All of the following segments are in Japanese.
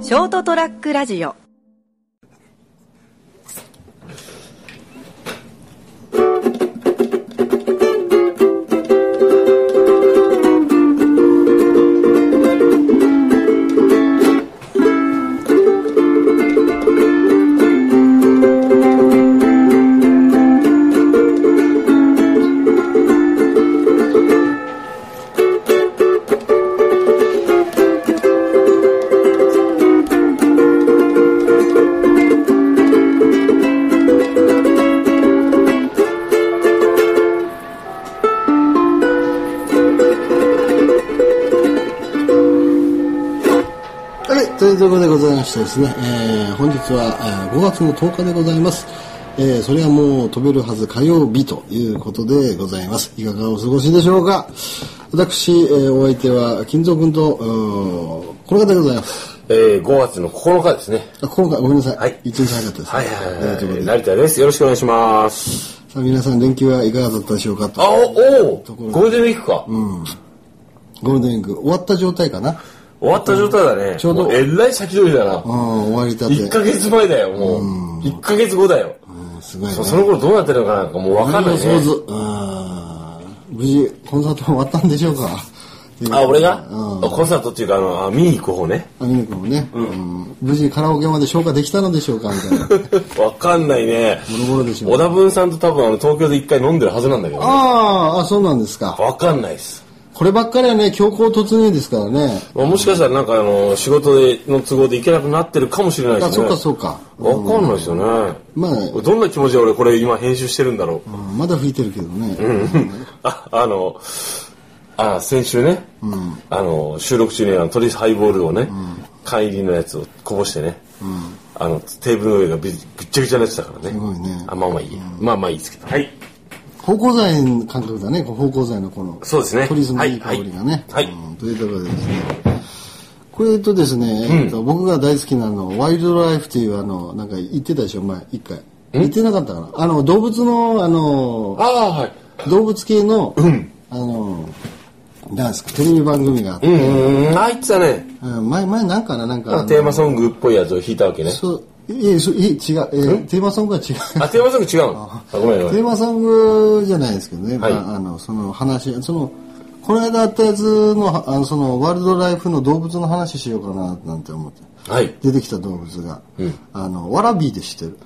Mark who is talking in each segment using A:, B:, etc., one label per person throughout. A: ショートトラックラジオ
B: はい、ということでございましてですね、えー本日は、え5月の10日でございます。えーそれはもう飛べるはず火曜日ということでございます。いかがお過ごしでしょうか私、えーお相手は、金蔵君と、うーこの方でございます。
C: えー、5月の9日ですね。
B: あ今回、ごめんなさい。
C: はい
B: 一日早かったです、
C: はいはい
B: え
C: は
B: ーということ
C: い。
B: で。
C: 成田です。よろしくお願いします。
B: さあ、皆さん、連休はいかがだったでしょうかと。
C: あ、お、お
B: ところ
C: ーゴールデンウィークか。
B: ゴールデンウィーク、終わった状態かな
C: 終わった状態だね。
B: ちょうど
C: もえらい先取りだな
B: う。ん、終わりたて。
C: 1ヶ月前だよ、もう。1ヶ月後だよ。
B: うんすごいね。
C: そその頃どうなってるのかなんかもうわかんない
B: 想像
C: ね。
B: あー無事、コンサート終わったんでしょうか
C: あ、俺が
B: うん。
C: コンサートっていうか、あの、あ見に行く方ね。
B: アミネ君もね、うん無事カラオケまで消化できたのでしょうかみたいな。
C: わかんないね。
B: ボロボロでしょう
C: 小田文さんと多分あの東京で一回飲んでるはずなんだけどね。
B: あーあ、そうなんですか。
C: わかんないです。
B: こればっかりはね、強行突入ですからね。
C: まあもしかしたらなんかあの、仕事での都合で行けなくなってるかもしれないし
B: あ、
C: ね。
B: そうかそうか。
C: わかんないですよね。
B: まあね
C: どんな気持ちで俺これ今編集してるんだろう。
B: うんまだ吹いてるけどね。
C: あ、あの、あ、先週ね、あの、収録中にあの、鳥ハイボールをね、缶入りのやつをこぼしてね、あの、テーブルの上がびぐっちゃぐちゃになってたからね。す
B: ごいね
C: あ、まあまあいいや。まあまあいいですけど。はい。
B: 芳香剤の感覚だね、こう芳香剤のこの。
C: そうですね
B: トリスのいい香りがね。
C: はいはい
B: うんというところでですね。これとですね、えっと僕が大好きなあの、ワイルドライフというあの、なんか言ってたでしょ、前、一回。言ってなかったかな。あの、動物の、あの、
C: ああ、はい。
B: 動物系の、あの、なんですか、テレビ番組があって、
C: うん、あいつはね、
B: うん前、前なんかな、なんか。
C: な
B: あ
C: んか
B: の
C: テーマソングっぽいやつを弾いたわけね。
B: そう、え、えそうえ違う、えテーマソングは違う。
C: あ、テーマソング違うのあ、ごめんごめ
B: テー
C: ん。
B: マソングじゃないですけどね、
C: はい
B: まあ、あのその話そのこの間あったやつのあのそのワールドライフの動物の話しようかななんて思って
C: はい。
B: 出てきた動物が、あのワラビーで知ってる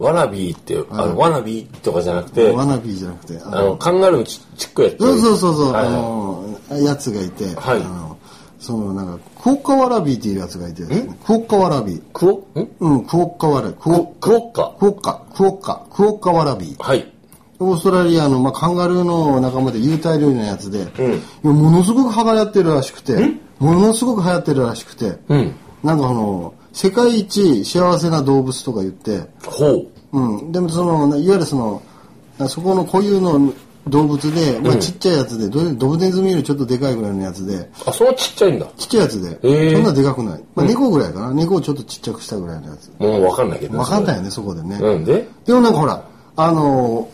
C: ワラビーって、あの、ワナビーとかじゃなくて、
B: ワラビーじゃなくてあ
C: あの、カンガルーのちちっこいやつ。
B: そうそうそうそう、
C: はいは
B: あ
C: い
B: のやつがいて、
C: はい
B: あのそのなんかクオッカワラビーっていうやつがいてクオッカワラビー
C: クオん
B: うんクオッカワラビークオ
C: クオッカ。
B: クオッカクオッカクオッカワラビー
C: はい。
B: オーストラリアの、まあ、カンガルーの仲間で有袋類のやつで、いやものすごく流行ってるらしくて、ものすごく流行ってるらしくて、
C: うん。
B: なんかあの、世界一幸せな動物とか言って、
C: ほう。
B: うん、でもその、いわゆるその、あそこの固有の動物で、まあ、ちっちゃいやつで、どれドブネズミよりちょっとでかいぐらいのやつで、
C: あ、そんなちっちゃいんだ。
B: ちっちゃいやつで、
C: へー
B: そんなでかくない。まあ、猫ぐらいかな、猫をちょっとちっちゃくしたぐらいのやつ。
C: もうわかんないけど。
B: わかんない
C: い。
B: よね、そこでね。
C: うんで
B: でもなんかほら、あの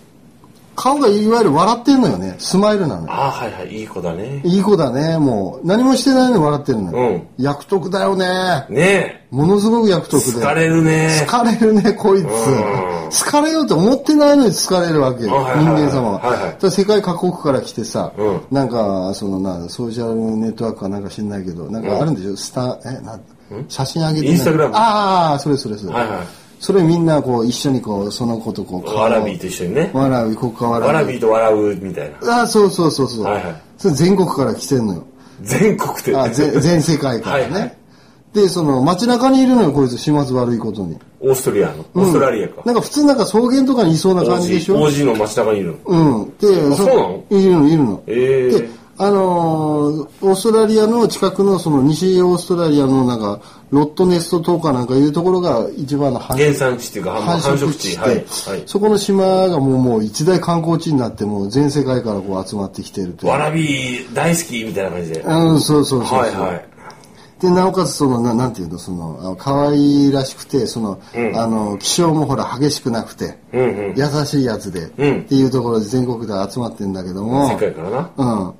B: 顔がいわゆる笑ってんのよね。スマイルなのよ。
C: あはいはい、いい子だね。
B: いい子だね、もう。何もしてないのに笑ってるのよ。役得だよね。
C: ね
B: ものすごく役得
C: え。
B: で。
C: 疲れるね。
B: 疲れるね、こいつ。
C: ん
B: 疲れようと思ってないのに疲れるわけよ、人
C: はいはいはい
B: 間様は。
C: はいは
B: だ
C: い
B: から世界各国から来てさ、
C: うん
B: なんか、そのな、ソーシャルネットワークかなんか知んないけど、なんかあるんでしょ、スター、え、な、写真あげて、
C: インスタグラム
B: ああ、それそれそれ。
C: はいはい
B: それみんなこう、一緒にこう、その子とこう、
C: わらびと一緒にね。
B: わらび、こっかわらび。
C: わらびと笑うみたいな。
B: ああ、そうそうそうそう。
C: はいはい
B: それ全国から来てんのよ。
C: 全国で。
B: あぜ全世界からね。
C: はいはい
B: で、その街中にいるのよ、こいつ、始末悪いことに。
C: オーストリアの。オーストラリアか。
B: なんか普通なんか草原とかにいそうな感じでしょ
C: 王子の街中にいるの。
B: うん。で、
C: あそうなの
B: いるの、いるの。
C: ええ
B: で、あのーオーストラリアの近くの、その西オーストラリアのなんか、ロットネスト島かなんかいうところが一番の繁
C: 原産地っていうか、
B: 繁
C: 繁殖
B: 殖
C: 地。
B: 地
C: はい。
B: で、
C: はい。
B: そこの島がもうもう一大観光地になって、もう全世界からこう集まってきてるという。
C: わらび大好きみたいな感じで。は
B: うん、そうそうそうそう。
C: いはい。
B: で、なおかつ、その、ななんていうの、その、あの可愛らしくて、その、あの、気性もほら、激しくなくて、
C: うんうん。
B: 優しいやつで、
C: うん
B: っていうところで全国で集まってんだけども、
C: 世界からな。
B: うん。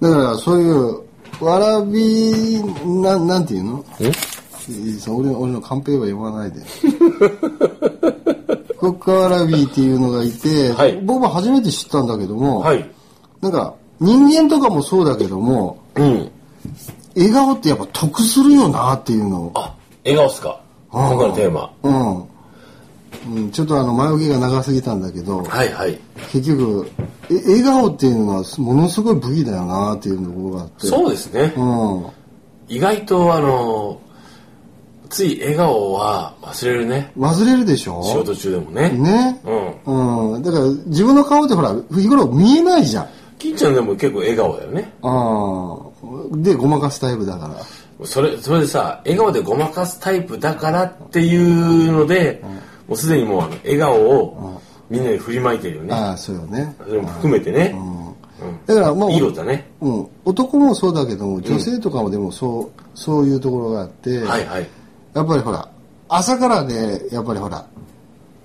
B: だから、そういう、わらび、な、なんていうのそう俺の俺のカンペは読まないで。 コッカワラビーっていうのがいて、
C: はい
B: 僕は初めて知ったんだけども、
C: はい。
B: なんか人間とかもそうだけども、
C: うん。
B: 笑顔ってやっぱ得するよなっていうのを。
C: あ、笑顔っすか。今回のテーマ。
B: うん。うん、ちょっとあの前置きが長すぎたんだけど、
C: はいはい。
B: 結局、え笑顔っていうのはものすごい武器だよなっていうところがあって。
C: そうですね。
B: うん。
C: 意外と、あの、つい笑顔は忘れるね。
B: 忘れるでしょ
C: 仕事中でもね。
B: ね。
C: うん。
B: うん。だから自分の顔ってほら、日頃見えないじゃん。
C: 金ちゃんでも結構笑顔だよね。
B: うん。で、ごまかすタイプだから。
C: それ、それでさ、笑顔でごまかすタイプだからっていうので、もうすでにもうあの笑顔をみんなに振りまいてるよね。
B: ああ、そうよね。
C: それも含めてね。
B: だからまあ、
C: いいことだね。
B: うん、男もそうだけども、女性とかもでもそう、そういうところがあって、
C: はいはい。
B: やっぱりほら、朝からね、やっぱりほら、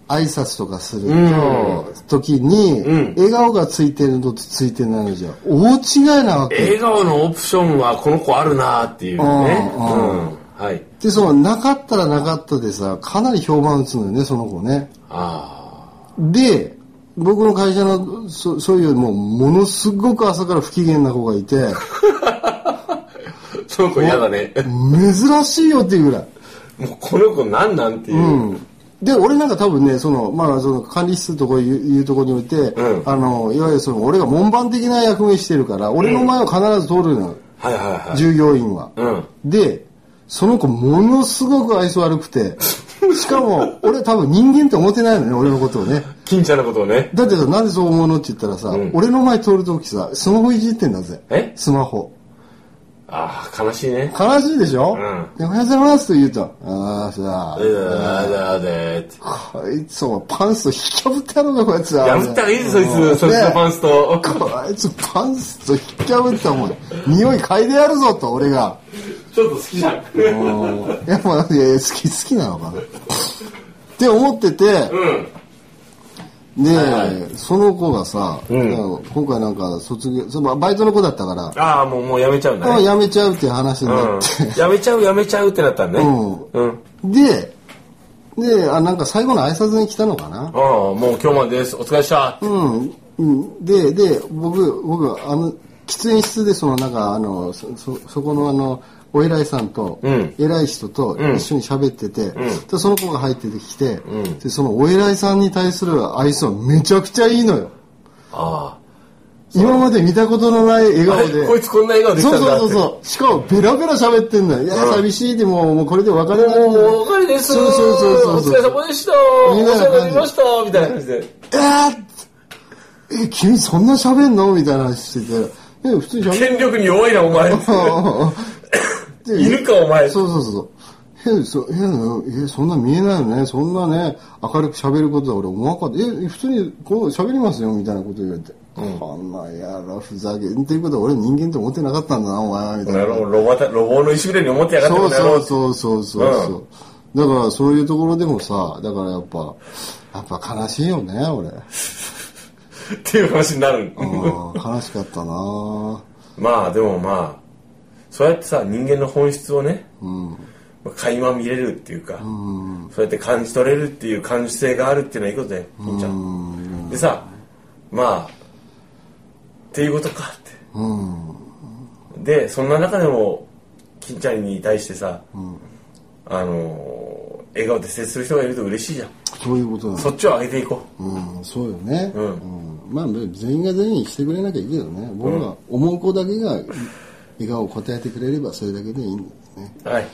B: 挨拶とかすると、
C: うん
B: 時に、
C: うん
B: 笑顔がついてるのとついてないのじゃ、大違いなわけ。
C: 笑顔のオプションはこの子あるなーっていうね。う
B: うん
C: ん。
B: うん
C: はい。
B: で、その、なかったらなかったでさ、かなり評判打つのよね、その子ね。
C: あ
B: で、僕の会社の、そそういう、もう、ものすごく朝から不機嫌な子がいて、
C: あ。その子嫌だね。
B: 珍しいよっていうぐらい。
C: もうこの子なんなんっていう。
B: で、俺なんか多分ね、その、まあ、その、管理室とかいういうところにおいて、
C: うん
B: あの、いわゆるその、俺が門番的な役目してるから、俺の前を必ず通るのよ、
C: はいはいはい。
B: 従業員は。
C: うん。
B: で、その子、ものすごく愛想悪く て、しかも、俺多分人間って思ってないのね、俺のことをね。
C: 金ちゃんのことをね。
B: だってさ、なんでそう思うのって言ったらさ、
C: ん
B: 俺の前通るときさ、スマホいじってんだぜ。
C: え
B: スマホ。
C: ああ、悲しいね。
B: 悲しいでしょ
C: うん
B: で、おはようございますと言うと、ああ、さ
C: うーだーでーって。
B: こいつ、お前パンスと引き破ってやろうか、こいつは。
C: やぶったらいいぞ、そい
B: ね
C: つ。そいつのパンスと。
B: こいつ、パンスと引き破ってたもん。匂い嗅いでやるぞと、俺が。
C: ちょっと好きじゃん。
B: やっぱ、いやいや好き、好きなのかな。って思ってて、
C: うん。
B: で、
C: はい
B: その子がさ、
C: ん
B: だから今回なんか卒業、そのバイトの子だったから、
C: ああ、もう、もうやめちゃうんだ
B: あ
C: ね。
B: 辞めちゃうっていう話に
C: う
B: なっ
C: ん
B: て、。
C: やめちゃう、やめちゃうってなったんね。
B: うん
C: うん。
B: で、で、あ、なんか最後の挨拶に来たのかな
C: ああ、もう今日までです。お疲れっした。
B: うん。うん、で、で、僕、僕、あの、喫煙室で、その、なんか、あの、そ、そ、そこの、あの、お偉いさんと、
C: うん
B: 偉い人と
C: ん
B: 一緒に喋ってて、
C: ん
B: でその子が入ってきて、
C: ん
B: で、そのお偉いさんに対する愛想めちゃくちゃいいのよ。
C: あ
B: 今まで見たことのない笑
C: あ。あ
B: 顔
C: れ
B: で。
C: こいつこんな笑顔でき
B: そ
C: た
B: うん
C: だ
B: そ
C: っ
B: う
C: て。
B: そうそう。しかも、ベラベラ喋ってんだよ。いや、寂しいでもう、もうこれで別れないんだ
C: お疲れです。
B: そうそうそうそう
C: お疲れ様でした。
B: み
C: お
B: んな
C: 世
B: の感じ
C: 話になりました。みたいな感じで。
B: えーっえ、君そんな喋んのみたいな話してて、え、普通に喋る。
C: 権力に弱いな、お前。
B: で
C: いるか、お前。
B: そうそうそう。え、そええそんな見えないよね。そんなね、明るく喋ることは俺思わなかった。え、普通にこう喋りますよ、みたいなこと言われて。こんなやらふざけんっていうことは俺人間って思ってなかったんだな、お前は、みたい
C: な
B: な
C: る。ほど、ロボタ、ロボの石ぐらいに思ってやがって
B: そ
C: こ
B: う
C: の野郎
B: そうそうそうそうそう。だからそういうところでもさ、だからやっぱ、やっぱ悲しいよね、 俺。
C: っていう話になる。
B: あー悲しかったな
C: まあ、でもまあ、そうやってさ、人間の本質をね、まあ垣間見れるっていうか、そうやって感じ取れるっていう感受性があるっていうのはいいことだよ、金ちゃん。でさ、まあ、っていうことかって。で、そんな中でも、金ちゃんに対してさ、あのー、笑顔で接する人がいると嬉しいじゃん。
B: そういうことなの
C: そっちを上げていこう。
B: うん、そうよね。
C: ん
B: うんまあ、全員が全員してくれなきゃいいけどね。僕は思う子だけが笑顔を答えてくれればそれだけでいいんですね。
C: はい。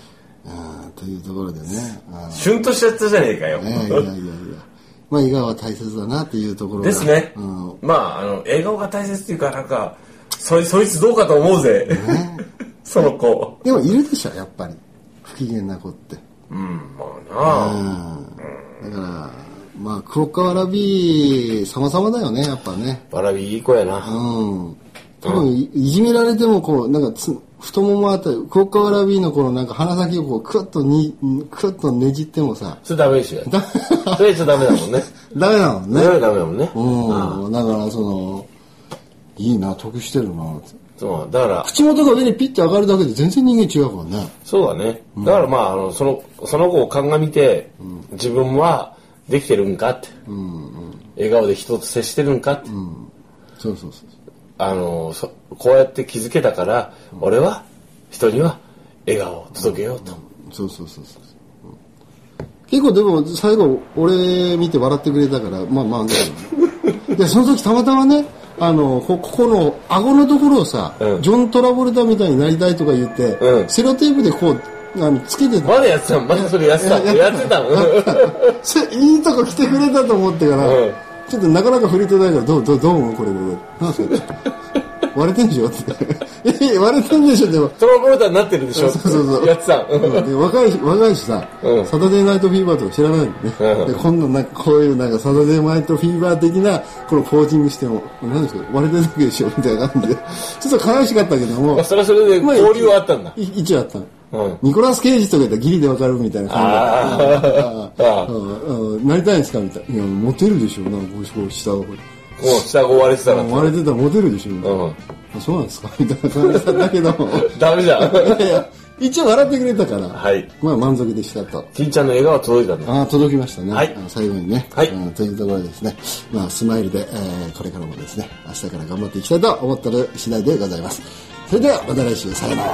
B: あーというところでね。あ
C: シュンとしちゃったじゃねえかよ。
B: ーいやいやいやいや。まあ、笑顔は大切だなっていうところが
C: ですね。
B: うん。
C: まあ、あの、笑顔が大切っていうか、なんか、そい、そいつどうかと思うぜ。 その子。
B: でも、いるでしょ、やっぱり。不機嫌な子って。
C: うん、まあなあ。
B: だから、まあ、黒川ラビー様々だよね、やっぱね。
C: わらびいい子やな。
B: うん。多分い、いじめられても、こう、なんかつ、太ももあたり、黒川ラビーのこのなんか鼻先をこう、クワッとに、クワッとねじってもさ、
C: それダメでしょ。それちょっとダメだも んね。
B: ダメなの
C: そ
B: ね。
C: れはダメだもんね。
B: うん。だから、その、いいな、得してるな、って。
C: まあ、だから、
B: 口元が上にピッて上がるだけで全然人間違うからね。
C: そうだね。だからまあ、あの、その、その子を鑑みて、自分はできてるんかって。笑顔で人と接してるんかって。
B: そうそうそう。
C: あの、そこうやって気づけたから、俺は人には笑顔を届けようと。
B: そうそうそうそう。結構でも最後俺見て笑ってくれたから、まあまあ だけどで、その時たまたまね、あの、こ、ここの顎のところをさ、
C: うん
B: ジョン・トラボルタみたいになりたいとか言って、
C: うん
B: セロテープでこう、あの、つけてた。
C: まだやってたのまだそれやってたの やってたの
B: それいいとこ来てくれたと思ってから、
C: うん
B: ちょっとなかなか触れてないから、どう、どう、どう思うこれ、これ。なんすか 割れてんでしょって。 え、割れてんでしょでも、
C: トランボルタになってるでしょ
B: そうそうそう
C: やってたの
B: うんで若いし若いしさ、
C: うん
B: サタデーナイトフィーバーとか知らないのね、
C: うん
B: で今度なんかこういうなんかサタデーナイトフィーバー的なこのポージングしても何ですか割れてるだけでしょみたいな感じで ちょっと悲しかったけども
C: まあそれはそれで
B: まあ
C: 交流はあったんだ。
B: い一応あったの、
C: うん
B: ニコラス・ケイジとか言ったらギリでわかるみたいな感じで
C: ああ。ああ。
B: う
C: も
B: んうんなりたいんですかみたいな「いやモテるでしょなんかこうこう下をこ
C: う下が追われてた
B: う
C: ら。
B: 割れてたらモテるでしょ」みたいな
C: うん。
B: あそうなんですか?」みたいな感じだったけども
C: ダメじゃん。
B: いやいや一応笑ってくれたから、
C: はい
B: まあ満足でしたと。
C: 金ちゃんの笑顔は届いたんだ。
B: ああ、届きましたね。
C: はい
B: あ最後にね。
C: はい
B: うんというところでですね。まあ、スマイルで、えーこれからもですね、明日から頑張っていきたいと思ってる次第でございます。それでは、また来週、さよなら。